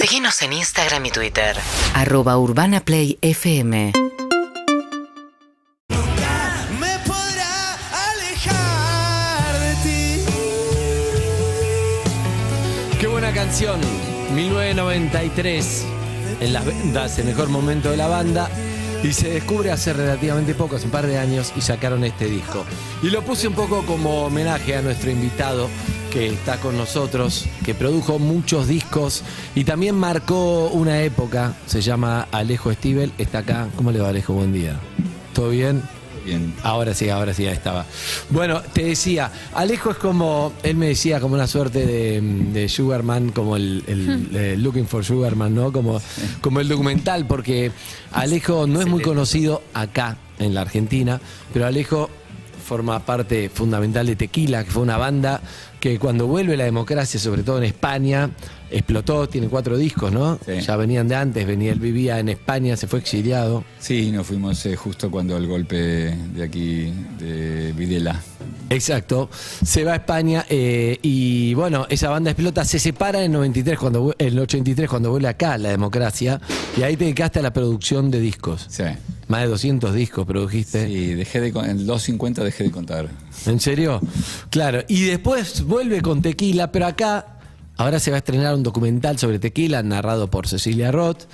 Seguinos en Instagram y Twitter. Arroba Urbana Play FM. me podrá alejar de ti. Qué buena canción. 1993. En las ventas, el mejor momento de la banda. Y se descubre hace relativamente poco, hace un par de años, y sacaron este disco. Y lo puse un poco como homenaje a nuestro invitado que está con nosotros, que produjo muchos discos y también marcó una época. Se llama Alejo Stivel, está acá. ¿Cómo le va Alejo? Buen día. ¿Todo bien? Bien. Ahora sí, ahora sí, ahí estaba. Bueno, te decía, Alejo es como, él me decía, como una suerte de, de Sugarman, como el, el- eh, Looking for Sugarman, ¿no? Como, como el documental, porque Alejo no es muy conocido acá, en la Argentina, pero Alejo forma parte fundamental de Tequila, que fue una banda que cuando vuelve la democracia, sobre todo en España, explotó, tiene cuatro discos, ¿no? Sí. Ya venían de antes, venía, él vivía en España, se fue exiliado. Sí, nos fuimos eh, justo cuando el golpe de aquí de Videla. Exacto, se va a España eh, y bueno, esa banda explota, se separa en el 93 cuando vu- el 83 cuando vuelve acá la democracia y ahí te dedicaste a la producción de discos. Sí. Más de 200 discos produjiste. Sí, dejé de, con- en 250 dejé de contar. ¿En serio? Claro, y después vuelve con Tequila, pero acá ahora se va a estrenar un documental sobre Tequila narrado por Cecilia Roth.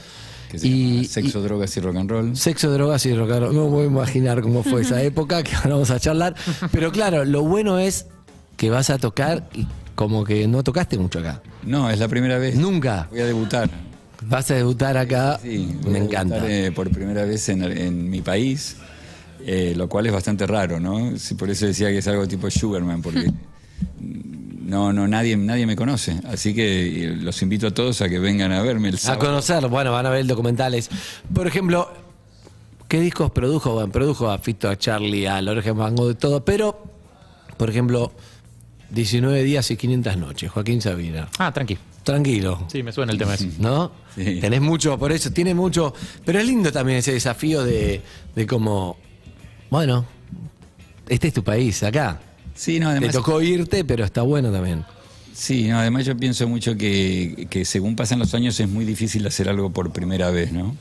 Que se llama Sexo, drogas y rock and roll. Sexo, drogas y rock and roll. No me voy a imaginar cómo fue esa época, que ahora vamos a charlar. Pero claro, lo bueno es que vas a tocar y como que no tocaste mucho acá. No, es la primera vez. Nunca. Voy a debutar. Vas a debutar acá. Sí, voy a me debutar, encanta. eh, por primera vez en, en mi país, eh, lo cual es bastante raro, ¿no? Sí, por eso decía que es algo tipo Sugarman, porque Hmm. no, no, nadie, nadie me conoce. Así que eh, los invito a todos a que vengan a verme el A sábado. conocer, bueno, van a ver el documentales. Por ejemplo, ¿qué discos produjo? Bueno, produjo a Fito, a Charlie, a Lorgen Van Gogh, de todo, pero, por ejemplo, 19 días y 500 noches, Joaquín Sabina. Ah, tranqui. Tranquilo. Sí, me suena el tema ese. ¿No? Sí. Tenés mucho, por eso, tiene mucho. Pero es lindo también ese desafío de, de como, bueno, este es tu país, acá. Sí, no, Te además tocó irte, pero está bueno también. Sí, no, además yo pienso mucho que, que según pasan los años es muy difícil hacer algo por primera vez, ¿no?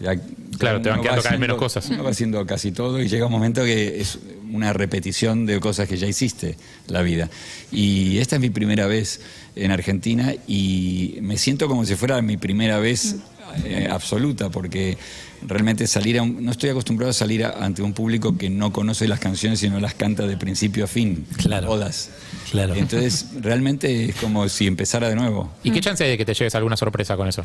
Ya- Claro, ya te van uno quedando va cada vez haciendo- menos cosas. Uno va haciendo casi todo y llega un momento que es una repetición de cosas que ya hiciste la vida. Y esta es mi primera vez en Argentina y me siento como si fuera mi primera vez eh, absoluta, porque realmente salir a un- no estoy acostumbrado a salir a- ante un público que no conoce las canciones sino las canta de principio a fin, Claro. todas. Claro. Entonces, realmente es como si empezara de nuevo. ¿Y qué chance hay de que te llegues alguna sorpresa con eso?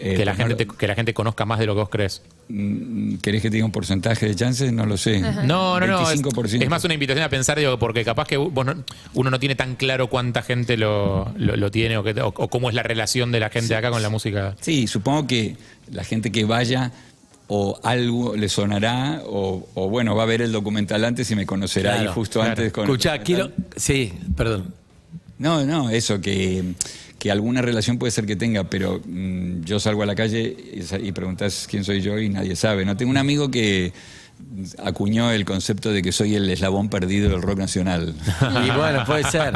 Eh, que, la no gente te- lo- que la gente conozca más de lo que vos crees. Mm, ¿Querés que te diga un porcentaje de chances? No lo sé. No, no, no. es- 25%. Es, más una invitación a pensar, digo, porque capaz que vos no- uno no tiene tan claro cuánta gente lo, lo- lo tiene o, que- o- o cómo es la relación de la gente acá con la música. Sí, supongo que la gente que vaya o algo le sonará o, o bueno, va a ver el documental antes y me conocerá ahí Claro, justo claro. antes con el Escuchá, quiero. documental. Sí, perdón. No, no, eso, que, que alguna relación puede ser que tenga, pero mm, yo salgo a la calle y, sa- y preguntas quién soy yo y nadie sabe. No tengo un amigo que acuñó el concepto de que soy el eslabón perdido del rock nacional. Y bueno, puede ser,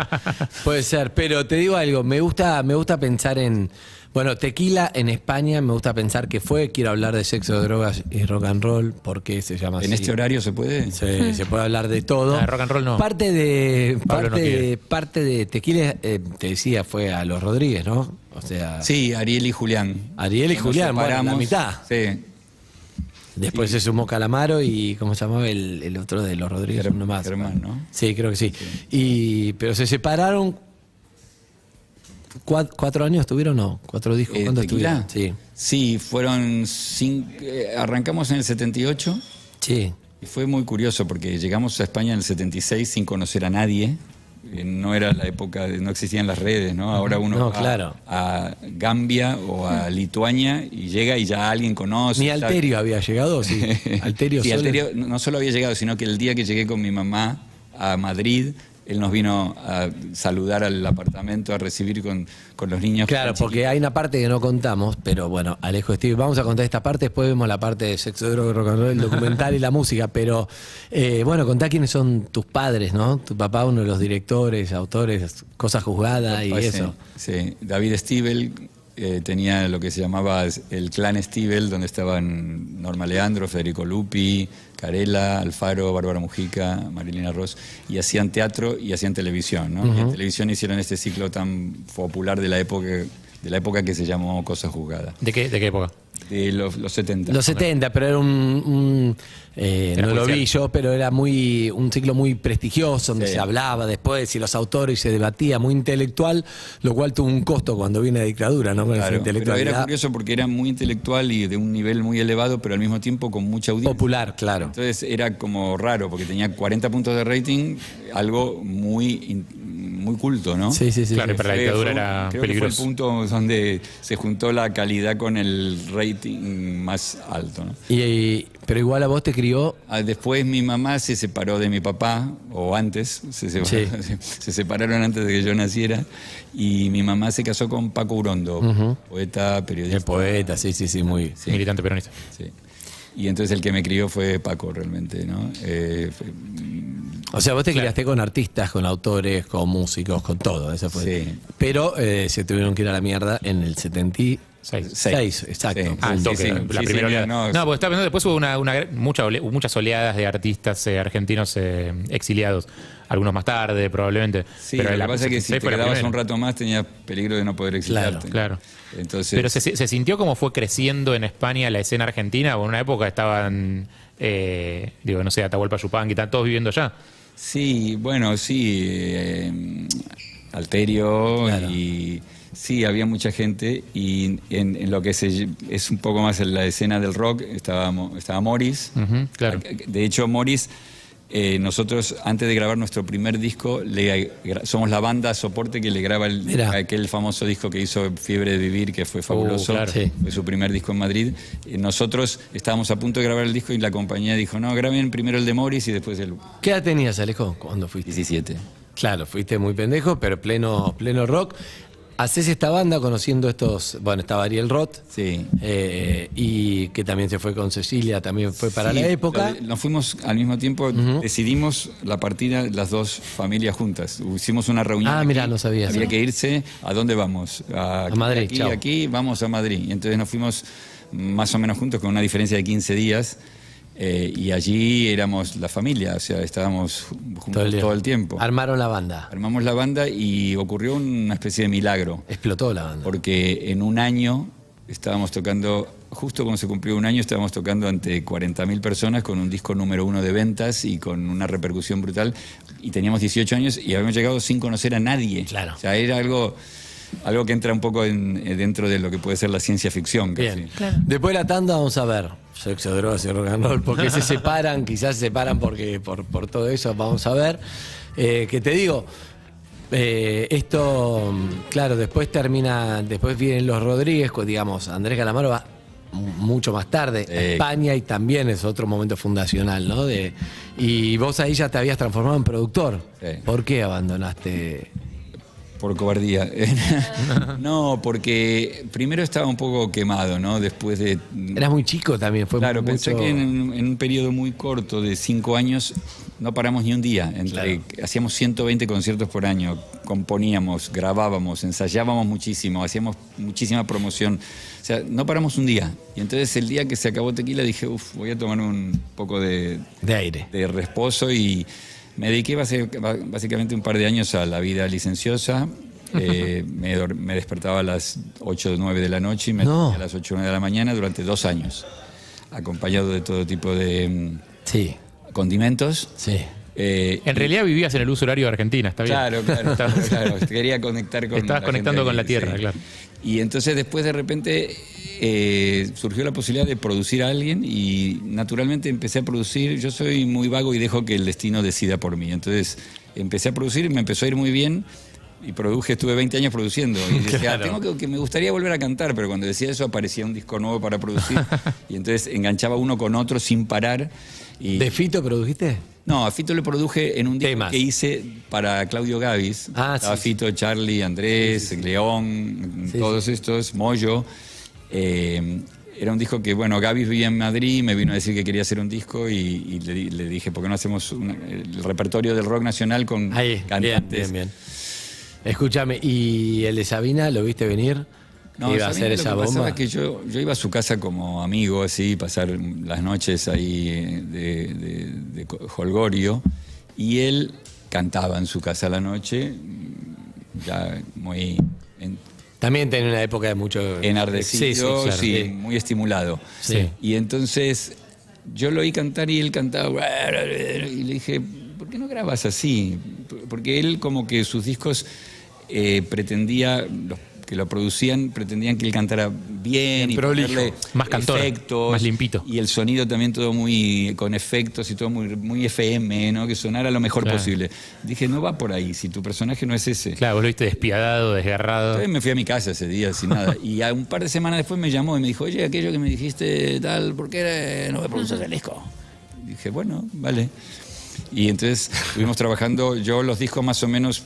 puede ser. Pero te digo algo, me gusta, me gusta pensar en. Bueno, tequila en España, me gusta pensar que fue. Quiero hablar de sexo, drogas y rock and roll, porque se llama ¿En así. este horario se puede? Se, se puede hablar de todo. Ah, Hmm. rock and roll no. Parte de. Parte, Pablo no quiere. de, parte de tequila, eh, te decía, fue a los Rodríguez, ¿no? O sea. Sí, Ariel y Julián. Ariel y Nos Julián, bueno, la separamos. mitad. Sí, Después se sumó Calamaro y ¿cómo se llamaba el, el otro de los Rodríguez? Germ- uno más. Germán, ¿no? Sí, creo que sí. Y, pero se separaron. cua- ¿Cuatro, años tuvieron no? ¿Cuatro discos? Eh, ¿Cuántos Tequila. tuvieron? Sí. Sí, fueron cinco, eh, arrancamos en el 78 Sí. y fue muy curioso porque llegamos a España en el 76 sin conocer a nadie. Eh, No era la época, de- no existían las redes, ¿no? Ahora uno No, va claro. a Gambia o a Lituania y llega y ya alguien conoce. Ni ya- Alterio había llegado, sí. Alterio Sí, solo. Alterio no solo había llegado, sino que el día que llegué con mi mamá a Madrid, él nos vino a saludar al apartamento, a recibir con, con los niños. que Claro, eran porque hay una parte que no contamos, pero bueno, Alejo Steve, vamos a contar esta parte, después vemos la parte de sexo, droga, rock and roll, el documental y la música, pero eh, bueno, contá quiénes son tus padres, ¿no? Tu papá, uno de los directores, autores, cosas juzgadas y Ah, sí, eso. Sí, David Stivel eh, tenía lo que se llamaba el clan Stivel, donde estaban Norma Leandro, Federico Lupi, Carela, Alfaro, Bárbara Mujica, Marilina Ross, y hacían teatro y hacían televisión. ¿no? Y en televisión hicieron este ciclo tan popular de la época, de la época que se llamó Cosa Jugada, ¿De qué, de qué época? de los, los 70. Los 70, pero era un... un, eh, Era no lo vi policial. yo, pero era muy un ciclo muy prestigioso, donde Sí. se hablaba después y los autores y se debatía, muy intelectual, lo cual tuvo un costo cuando viene la dictadura, ¿no? Con esa Claro, pero intelectualidad era curioso porque era muy intelectual y de un nivel muy elevado, pero al mismo tiempo con mucha audiencia. popular, claro. Entonces era como raro, porque tenía 40 puntos de rating, algo muy, in- muy culto, ¿no? Sí, sí, sí. Claro, sí. Para la Fue- dictadura fue- era creo que peligroso. fue el punto donde se juntó la calidad con el rating más alto, ¿no? Y, y- pero igual a vos te crió Ah, Después mi mamá se separó de mi papá, o antes, se separaron, se separaron antes de que yo naciera, y mi mamá se casó con Paco Urondo, poeta, periodista. el poeta, sí, sí, sí, muy. Militante peronista. pues. Sí. Y entonces el que me crió fue Paco realmente, ¿no? Eh, fue- O sea, vos te criaste con artistas, con autores, con músicos, con todo, eso fue. Sí. Pero eh, se tuvieron que ir a la mierda en el 76, Seis. exacto. Sí. Ah, el Sí, toque, sí, la sí, primera sí, oleada. no, No, porque estaba pensando, después hubo una, una gran- mucha ole- muchas oleadas de artistas eh, argentinos eh, exiliados. Algunos más tarde, probablemente. Sí, lo que la- pasa es que si te seis fue la quedabas primera. un rato más tenías peligro de no poder exitarte. Claro, claro. Entonces, Pero se, se sintió como fue creciendo en España la escena argentina. En una época estaban, eh, digo, no sé, Atahualpa Yupanqui, estaban todos viviendo allá. sí, bueno, sí, eh, Alterio y sí, había mucha gente y en, en lo que se, ll- es un poco más en la escena del rock estaba, Mo- estaba Morris. Ujú, claro. De hecho, Morris, eh, nosotros antes de grabar nuestro primer disco, le gra- somos la banda soporte que le graba el- Mirá. Uh, aquel famoso disco que hizo Fiebre de Vivir, que fue fabuloso. claro. Sí. Fue su primer disco en Madrid. Eh, Nosotros estábamos a punto de grabar el disco y la compañía dijo, no, graben primero el de Morris y después el ¿Qué edad tenías, Alejo, cuando fuiste? 17. Claro, fuiste muy pendejo, pero pleno, pleno rock. Haces esta banda conociendo estos. Bueno, estaba Ariel Roth. Sí. eh, y que también se fue con Cecilia, también fue para Sí, la época. lo de- Nos fuimos al mismo tiempo, decidimos la partida las dos familias juntas. Hicimos una reunión. Ah, aquí, mirá, no sabía eso. Había que irse. ¿A dónde vamos? A Madrid, Aquí, chao. aquí, vamos a Madrid. Y entonces nos fuimos más o menos juntos con una diferencia de 15 días. eh, y allí éramos la familia, o sea, estábamos juntos todo el, día. tiempo. Armaron la banda. Armamos la banda y ocurrió una especie de milagro Explotó la banda. porque en un año estábamos tocando, justo cuando se cumplió un año, estábamos tocando ante 40.000 personas con un disco número uno de ventas y con una repercusión brutal. Y teníamos 18 años y habíamos llegado sin conocer a nadie. Claro. O sea, era algo, algo que entra un poco en- eh, dentro de lo que puede ser la ciencia ficción. casi. Bien. Después de la tanda vamos a ver sexo, drogas y rock and roll, porque se separan, quizás se separan porque por, por todo eso, vamos a ver. Eh, que te digo, eh, esto, mm, claro, después termina, después vienen los Rodríguez, co- digamos, Andrés Calamaro va mu- mucho más tarde a Eh. España y también es otro momento fundacional, ¿no? De, y vos ahí ya te habías transformado en productor. Sí. ¿Por qué abandonaste? Por cobardía. no, porque primero estaba un poco quemado, ¿no? Después de Eras muy chico también, fue Claro, mucho- pensé que en, en un periodo muy corto de cinco años no paramos ni un día. Entre- Hacíamos 120 conciertos por año, componíamos, grabábamos, ensayábamos muchísimo, hacíamos muchísima promoción. O sea, no paramos un día. Y entonces el día que se acabó Tequila dije, uff, voy a tomar un poco de, de aire. de reposo y me dediqué base- básicamente un par de años a la vida licenciosa. Eh, me, dor- me despertaba a las 8 o 9 de la noche y me No. dormía a las 8 o 9 de la mañana durante dos años, acompañado de todo tipo de mm, Sí, condimentos. sí. Eh, En realidad vivías en el uso horario de Argentina, está bien. Claro, claro, Está- claro. Quería conectar con. Estabas conectando gente con la que- tierra, claro. Y entonces, después de repente, eh, surgió la posibilidad de producir a alguien y naturalmente empecé a producir. Yo soy muy vago y dejo que el destino decida por mí. Entonces, empecé a producir y me empezó a ir muy bien. Y produje, estuve 20 años produciendo. Y decía, Claro. tengo que, que me gustaría volver a cantar, pero cuando decía eso aparecía un disco nuevo para producir. y entonces enganchaba uno con otro sin parar. Y ¿De Fito produjiste? No, a Fito le produje en un disco Temas. que hice para Claudio Gavis. Ah, Estaba sí, Fito, Charlie, Andrés, León, Sí, todos estos, Moyo. Eh, era un disco que, bueno, Gavis vivía en Madrid, me vino a decir que quería hacer un disco y, y le, di- le dije, ¿por qué no hacemos una- el repertorio del rock nacional con Ahí, bien, bien, cantantes? bien. Escúchame, ¿y el de Sabina lo viste venir? No, ¿Iba a ¿sabés hacer esa lo que pasaba? bomba? que yo, yo iba a su casa como amigo, así, pasar las noches ahí eh, de, de- de co- jolgorio, y él cantaba en su casa a la noche, mm, ya muy en- También tenía una época de mucho... enardecido, Sí, sí, claro, sí, sí. muy estimulado. Sí. Y entonces yo lo oí cantar y él cantaba, y le dije, ¿por qué no grabas así? Porque él como que sus discos eh, pretendía, los que lo producían, pretendían que él cantara bien y prolijo. ponerle Más cantor, efectos. más limpito. Y el sonido también todo muy con efectos y todo muy, muy FM, ¿no? que sonara lo mejor Claro. posible. Dije, no va por ahí, si tu personaje no es ese. Claro, vos lo viste despiadado, desgarrado. Entonces me fui a mi casa ese día sin nada. Y a un par de semanas después me llamó y me dijo, oye, aquello que me dijiste tal, ¿por qué eh, no me produces el disco? Y dije, bueno, vale. Y entonces estuvimos trabajando, yo los discos más o menos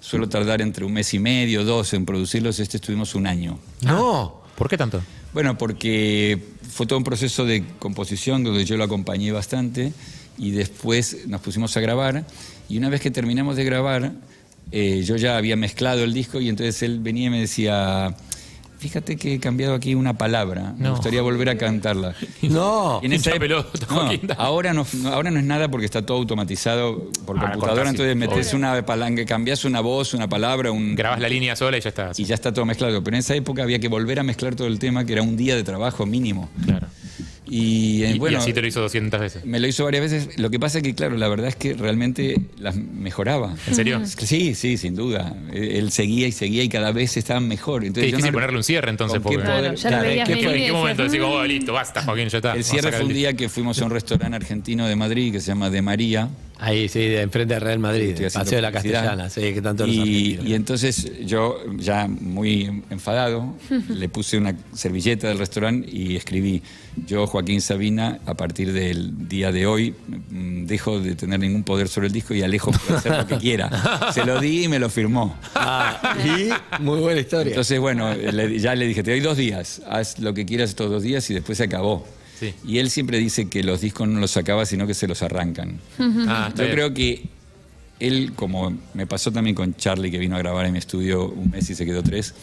suelo tardar entre un mes y medio, dos en producirlos, este estuvimos un año. No, ¿Por qué tanto? Bueno, porque fue todo un proceso de composición donde yo lo acompañé bastante y después nos pusimos a grabar y una vez que terminamos de grabar, eh, yo ya había mezclado el disco y entonces él venía y me decía, fíjate que he cambiado aquí una palabra, me No. gustaría volver a cantarla. no. Y en esa Hincha ep- pelota, no, Ah. Joaquín, dale. ahora, no, no, ahora no es nada porque está todo automatizado por Ah, computadora, cortás y- entonces metes una palanca, cambias una voz, una palabra, un, Grabás la línea sola y ya está. y ya está todo mezclado. Pero en esa época había que volver a mezclar todo el tema, que era un día de trabajo mínimo. Claro. Y, eh, Y, y bueno, así te lo hizo 200 veces. me lo hizo varias veces. Lo que pasa es que, claro, la verdad es que realmente las mejoraba. ¿En serio? Qué Sí, sí, sin duda. Eh, Él seguía y seguía y cada vez estaban mejor. Entonces, yo difícil no- ponerle un cierre entonces. ¿con qué Porque, poder- Claro, ya lo claro, veías ¿qué ¿Qué fue? ¿En venir. y qué decías, momento decís, "Mm". oh, listo, basta, Joaquín, ya está? El vamos a cierre sacar fue un el día que fuimos a un restaurante argentino de Madrid que se llama De María. Ahí, sí, de enfrente de Real Madrid, Estoy haciendo Este, Paseo de la publicidad. Castellana, sí, que tanto los y, argentinos. y entonces yo, ya muy enfadado, le puse una servilleta del restaurante y escribí, yo, Joaquín Sabina, a partir del día de hoy, mm, dejo de tener ningún poder sobre el disco y Alejo puede hacer lo que quiera. Se lo di y me lo firmó. Ah, y muy buena historia. Entonces, bueno, le- ya le dije, te doy dos días, haz lo que quieras estos dos días y después se acabó. Sí. Y él siempre dice que los discos no los sacaba, sino que se los arrancan. disco. Ah, está Yo bien. creo que él, como me pasó también con Charlie, que vino a grabar en mi estudio un mes y se quedó tres,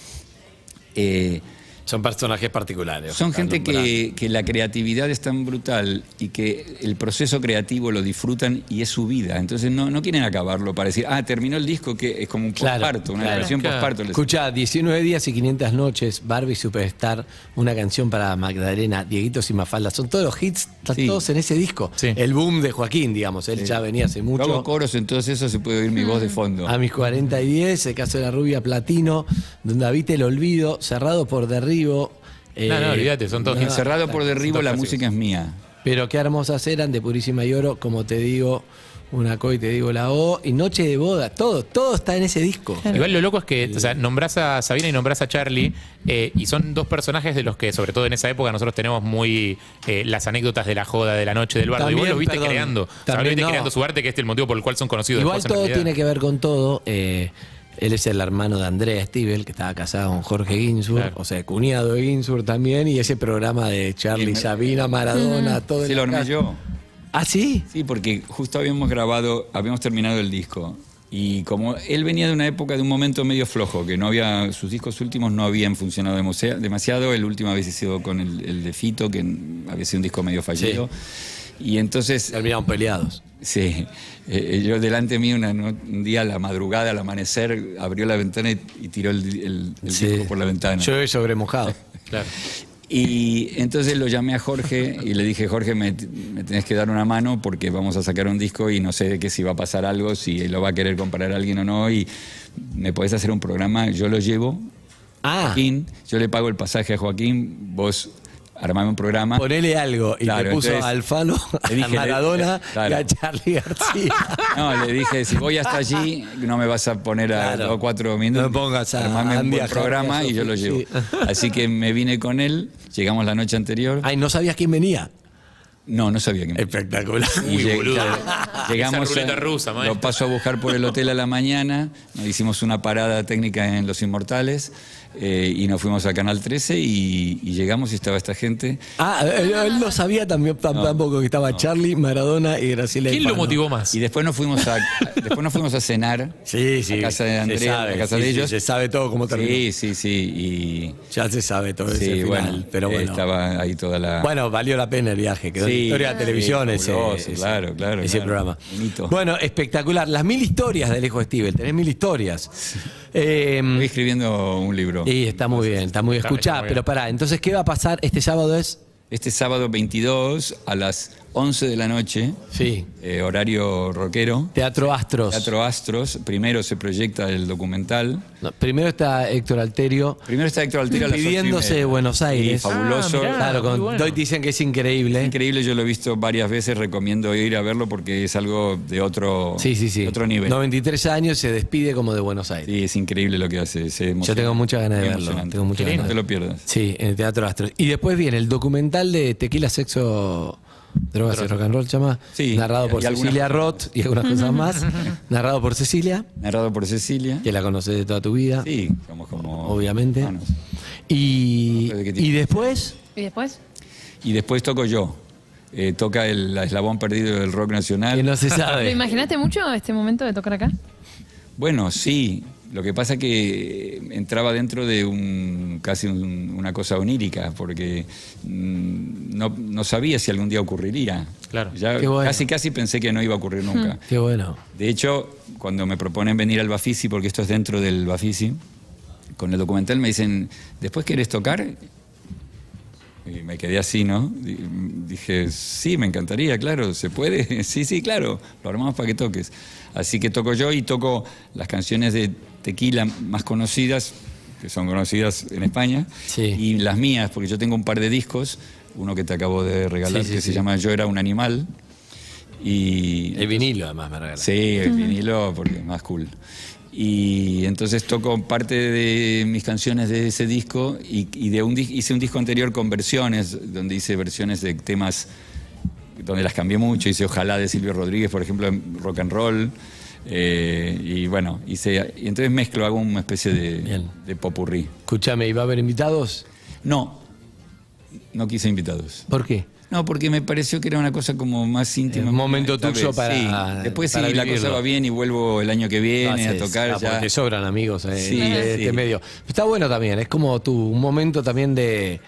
eh, son personajes particulares. son gente alumbrados. que, que la creatividad es tan brutal y que el proceso creativo lo disfrutan y es su vida. Entonces no, no quieren acabarlo para decir, ah, terminó el disco, que es como un Claro, posparto, una claro. depresión Claro. posparto. Les- Escucha, 19 días y 500 noches, Barbie Superstar, una canción para Magdalena, Dieguitos y Mafalda. Son todos los hits, están Sí. todos en ese disco. Sí. El boom de Joaquín, digamos, él ya venía hace Yo hago mucho. coros, entonces eso se puede oír mi voz de Mm. fondo. A mis 40 y 10, el caso de la rubia Platino, donde habita el olvido, cerrado por derribo. eh, No, no, olvídate, son todos no, Encerrado por derribo, Son la clásicos. música es mía. Pero qué hermosas eran de Purísima y Oro, como te digo una co y te digo la O, y Noche de Boda, todo, todo está en ese disco. Igual lo loco es que, o sea, nombrás a Sabina y nombrás a Charlie, eh, y son dos personajes de los que, sobre todo en esa época, nosotros tenemos muy eh, las anécdotas de la joda, de la noche, del bardo. Y vos También, los viste perdón, creando. O sea, vos también los viste no. creando su arte, que este es el motivo por el cual son conocidos Igual después, en todo realidad. tiene que ver con todo. eh, él es el hermano de Andrea Stivel, que estaba casado con Jorge Ginsburg, Claro. o sea, cuñado de Ginsburg también, y ese programa de Charlie, Y me- Sabina, Maradona, todo Se en lo la armé casa. yo. ¿Ah, sí? Sí, porque justo habíamos grabado, habíamos terminado el disco. Y como él venía de una época, de un momento medio flojo, que no había, sus discos últimos no habían funcionado demosea- demasiado. El último había sido con el, el de Fito, que n- había sido un disco medio fallido. Y entonces, Terminaron peleados. sí, eh, yo delante mío una no- un día, a la madrugada, al amanecer, abrió la ventana y, y tiró el, el- el Sí. disco por la ventana. Llueve sobre mojado. Claro. Y entonces lo llamé a Jorge y le dije, Jorge, me, me tenés que dar una mano porque vamos a sacar un disco y no sé de qué si va a pasar algo, si lo va a querer comprar alguien o no. Y me podés hacer un programa, yo lo llevo, Ah, Joaquín, yo le pago el pasaje a Joaquín, vos armame un programa. ponele algo. Y Claro, le puso entonces, a Alfano, le dije, a le- Maradona claro. y a Charlie García. No, le dije, si voy hasta allí, no me vas a poner a Claro. dos o cuatro minutos. No me pongas a Armame un Andy, buen a Jorge, programa a y yo lo Sofi, llevo. sí. Así que me vine con él, llegamos la noche anterior. Ay, no sabías quién venía. No, no sabía que me Espectacular. Y Uy, lleg- boludo. claro, Llegamos Esa ruleta a- rusa, maestro. lo paso a buscar por el hotel a la mañana, hicimos una parada técnica en Los Inmortales eh, y nos fuimos a Canal 13 y, y llegamos y estaba esta gente. Ah, él, él no sabía también tam- tampoco que estaba Charlie, Maradona y Graciela. ¿Quién lo Alfano. motivó más? Y después nos fuimos a, después nos fuimos a cenar Sí, sí. a casa de se Andrea, sabe, a casa sí, de sí, ellos. se sabe todo cómo terminó. sí, sí, sí. Ya se sabe todo Y, ese sí, final, bueno, pero eh, bueno. estaba ahí toda la... Bueno, valió la pena el viaje, quedó en la Sí, historia de la sí, televisión ese, fabuloso, ese- claro, claro, ese claro. programa. Un hito. Bueno, espectacular. Las mil historias de Alejo Stivel, tenés mil historias. Eh, Estoy escribiendo un libro. y está muy bien, está muy bien. Está- Escuchá, está muy bien. pero pará, entonces, ¿qué va a pasar? Este sábado es. Este sábado 22 a las 11 de la noche, Sí. eh, horario rockero. Teatro Astros. Teatro Astros, primero se proyecta el documental. No, primero está Héctor Alterio. Primero está Héctor Altero a las ocho y Pidiéndose media. de Buenos Aires. Sí, fabuloso. Ah, mirá. claro, con muy bueno. Doit dicen que es increíble. Increíble, yo lo he visto varias veces, recomiendo ir a verlo porque es algo de otro, Sí, sí, sí. de otro nivel. 93 años, se despide como de Buenos Aires. Sí, es increíble lo que hace. es emocionante. Yo tengo muchas ganas de Muy verlo, emocionante. tengo muchas Qué lindo. ganas. No te lo pierdas. Sí, en el Teatro Astros. Y después viene el documental de Tequila, Sexo, Drogas y Rock and Roll, chama. Sí, narrado y- por y algunas Cecilia cosas Roth y algunas cosas más. narrado por Cecilia, Narrado por Cecilia. que la conoces de toda tu vida, Sí, somos como. obviamente. hermanos. Y, No sé qué tipo. y después, ¿Y después? Y después toco yo. Eh, toca el eslabón perdido del rock nacional. que no se ¿Lo sabe. imaginaste mucho este momento de tocar acá? Bueno, sí. Lo que pasa que eh, entraba dentro de un, casi un- una cosa onírica, porque mm, no, no sabía si algún día ocurriría. Claro. Ya Qué bueno. Hmm. Casi, casi pensé que no iba a ocurrir nunca. Qué bueno. De hecho, cuando me proponen venir al Bafisi, porque esto es dentro del Bafisi, con el documental me dicen, ¿después querés tocar? Y me quedé así, ¿no? Di- Dije, sí, me encantaría, claro, se puede. sí, sí, claro, lo armamos para que toques. Así que toco yo y toco las canciones de tequila más conocidas, que son conocidas en España, Sí. y las mías, porque yo tengo un par de discos, uno que te acabo de regalar, Sí, sí, que sí. se llama Yo era un animal. Y El vinilo, además, me regalaste. Sí, el vinilo porque es más cool. Y entonces toco parte de mis canciones de ese disco y, y de un, dis- hice un disco anterior con versiones, donde hice versiones de temas donde las cambié mucho, hice Ojalá de Silvio Rodríguez, por ejemplo, en rock and roll. eh, y bueno, hice, y entonces mezclo, hago una especie de, Bien. de popurrí. Escúchame, ¿y va a haber invitados? No, no quise invitados. ¿Por qué? No, porque me pareció que era una cosa como más íntima. Un momento Esta tuyo vez, para- sí. Después para si la vivirlo. cosa va bien y vuelvo el año que viene a Haces, tocar ah, ya. Porque sobran amigos eh, Sí, de sí. este medio. Está bueno también, es como tu un momento también de,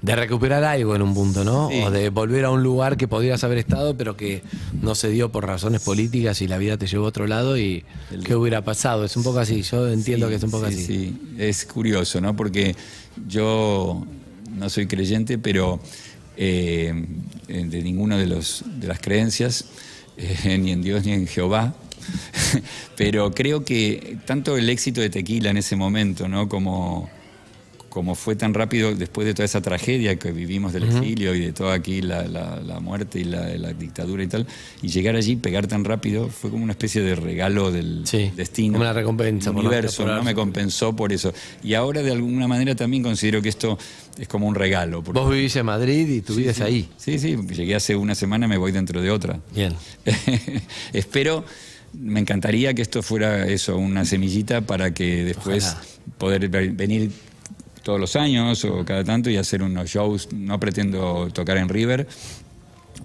de recuperar algo en un punto, ¿no? Sí. O de volver a un lugar que podrías haber estado, pero que no se dio por razones políticas y la vida te llevó a otro lado y qué hubiera pasado. Es un poco así, yo entiendo Sí, que es un poco sí, así. sí. es curioso, ¿no? Porque yo no soy creyente, pero eh, eh, de ninguna de, los, de las creencias, eh, ni en Dios ni en Jehová. pero creo que tanto el éxito de Tequila en ese momento, ¿no? Como como fue tan rápido después de toda esa tragedia que vivimos del exilio y de toda aquí la, la- la muerte y la, la dictadura y tal, y llegar allí, pegar tan rápido, fue como una especie de regalo del Sí, destino. como una recompensa del por no universo, capturar ¿no? Me su- compensó por eso. Y ahora de alguna manera también considero que esto es como un regalo. porque- Vos vivís en Madrid y tu vida es ahí. Sí, sí, llegué hace una semana, me voy dentro de otra. Bien. Espero, me encantaría que esto fuera eso, una semillita para que después Ojalá. poder ve- venir todos los años o cada tanto y hacer unos shows. No pretendo tocar en River,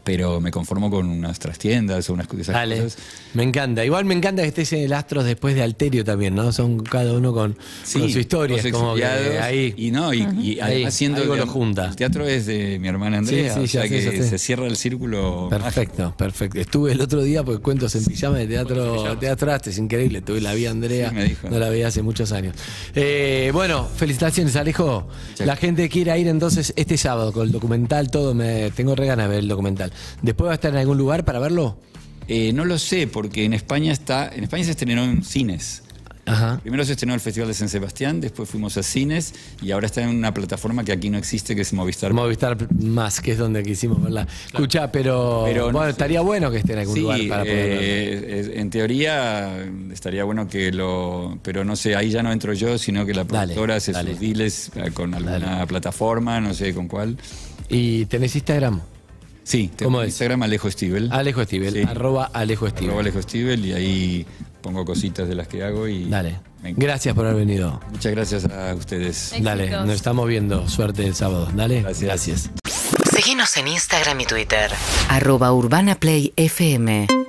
pero me conformo con unas trastiendas o unas de esas Dale, cosas. me encanta. Igual me encanta que estés en el Astros después de Alterio también, ¿no? Son cada uno con, Sí, con su historia. dos es como que exiliados, ahí. Y no, y, y Ahí, además siendo. algo lo digamos, junta. El teatro es de mi hermana Sí, Andrea, sí, o ya sea sé, ya que sé. se cierra el círculo. Perfecto, perfecto. Estuve el otro día porque cuentos en pijama de teatro, teatro Astes, increíble. Tuve la vi a Andrea, Sí, me dijo. no la veía hace muchos años. Eh, bueno, felicitaciones Alejo. La gente quiera ir entonces este sábado con el documental, todo, me tengo re ganas de ver el documental. ¿Después va a estar en algún lugar para verlo? Eh, no lo sé, porque en España está. En España se estrenó en cines. Ajá. Primero se estrenó el Festival de San Sebastián, después fuimos a cines y ahora está en una plataforma que aquí no existe, que es Movistar. Movistar más, que es donde quisimos verla. Escuchá, pero, Pero no bueno, sé. estaría bueno que esté en algún Sí, lugar para poder verlo. eh, es- en teoría mm, estaría bueno que lo. Pero no sé, ahí ya no entro yo, sino que la Dale, productora hace dale. sus deals eh, con alguna plataforma, no sé con cuál. ¿Y tenés Instagram? Sí, tengo ¿Cómo en es? Instagram Alejo Stivel. Alejo Estivel, Sí. arroba Alejo Estivel. Arroba Alejo Stivel y ahí pongo cositas de las que hago y. Dale. Me encanta. Gracias por haber venido. Muchas gracias a ustedes. Éxitos. Dale, nos estamos viendo. Suerte el sábado. Dale. Gracias. Gracias. Síguenos en Instagram y Twitter. arroba urbanaplayfm.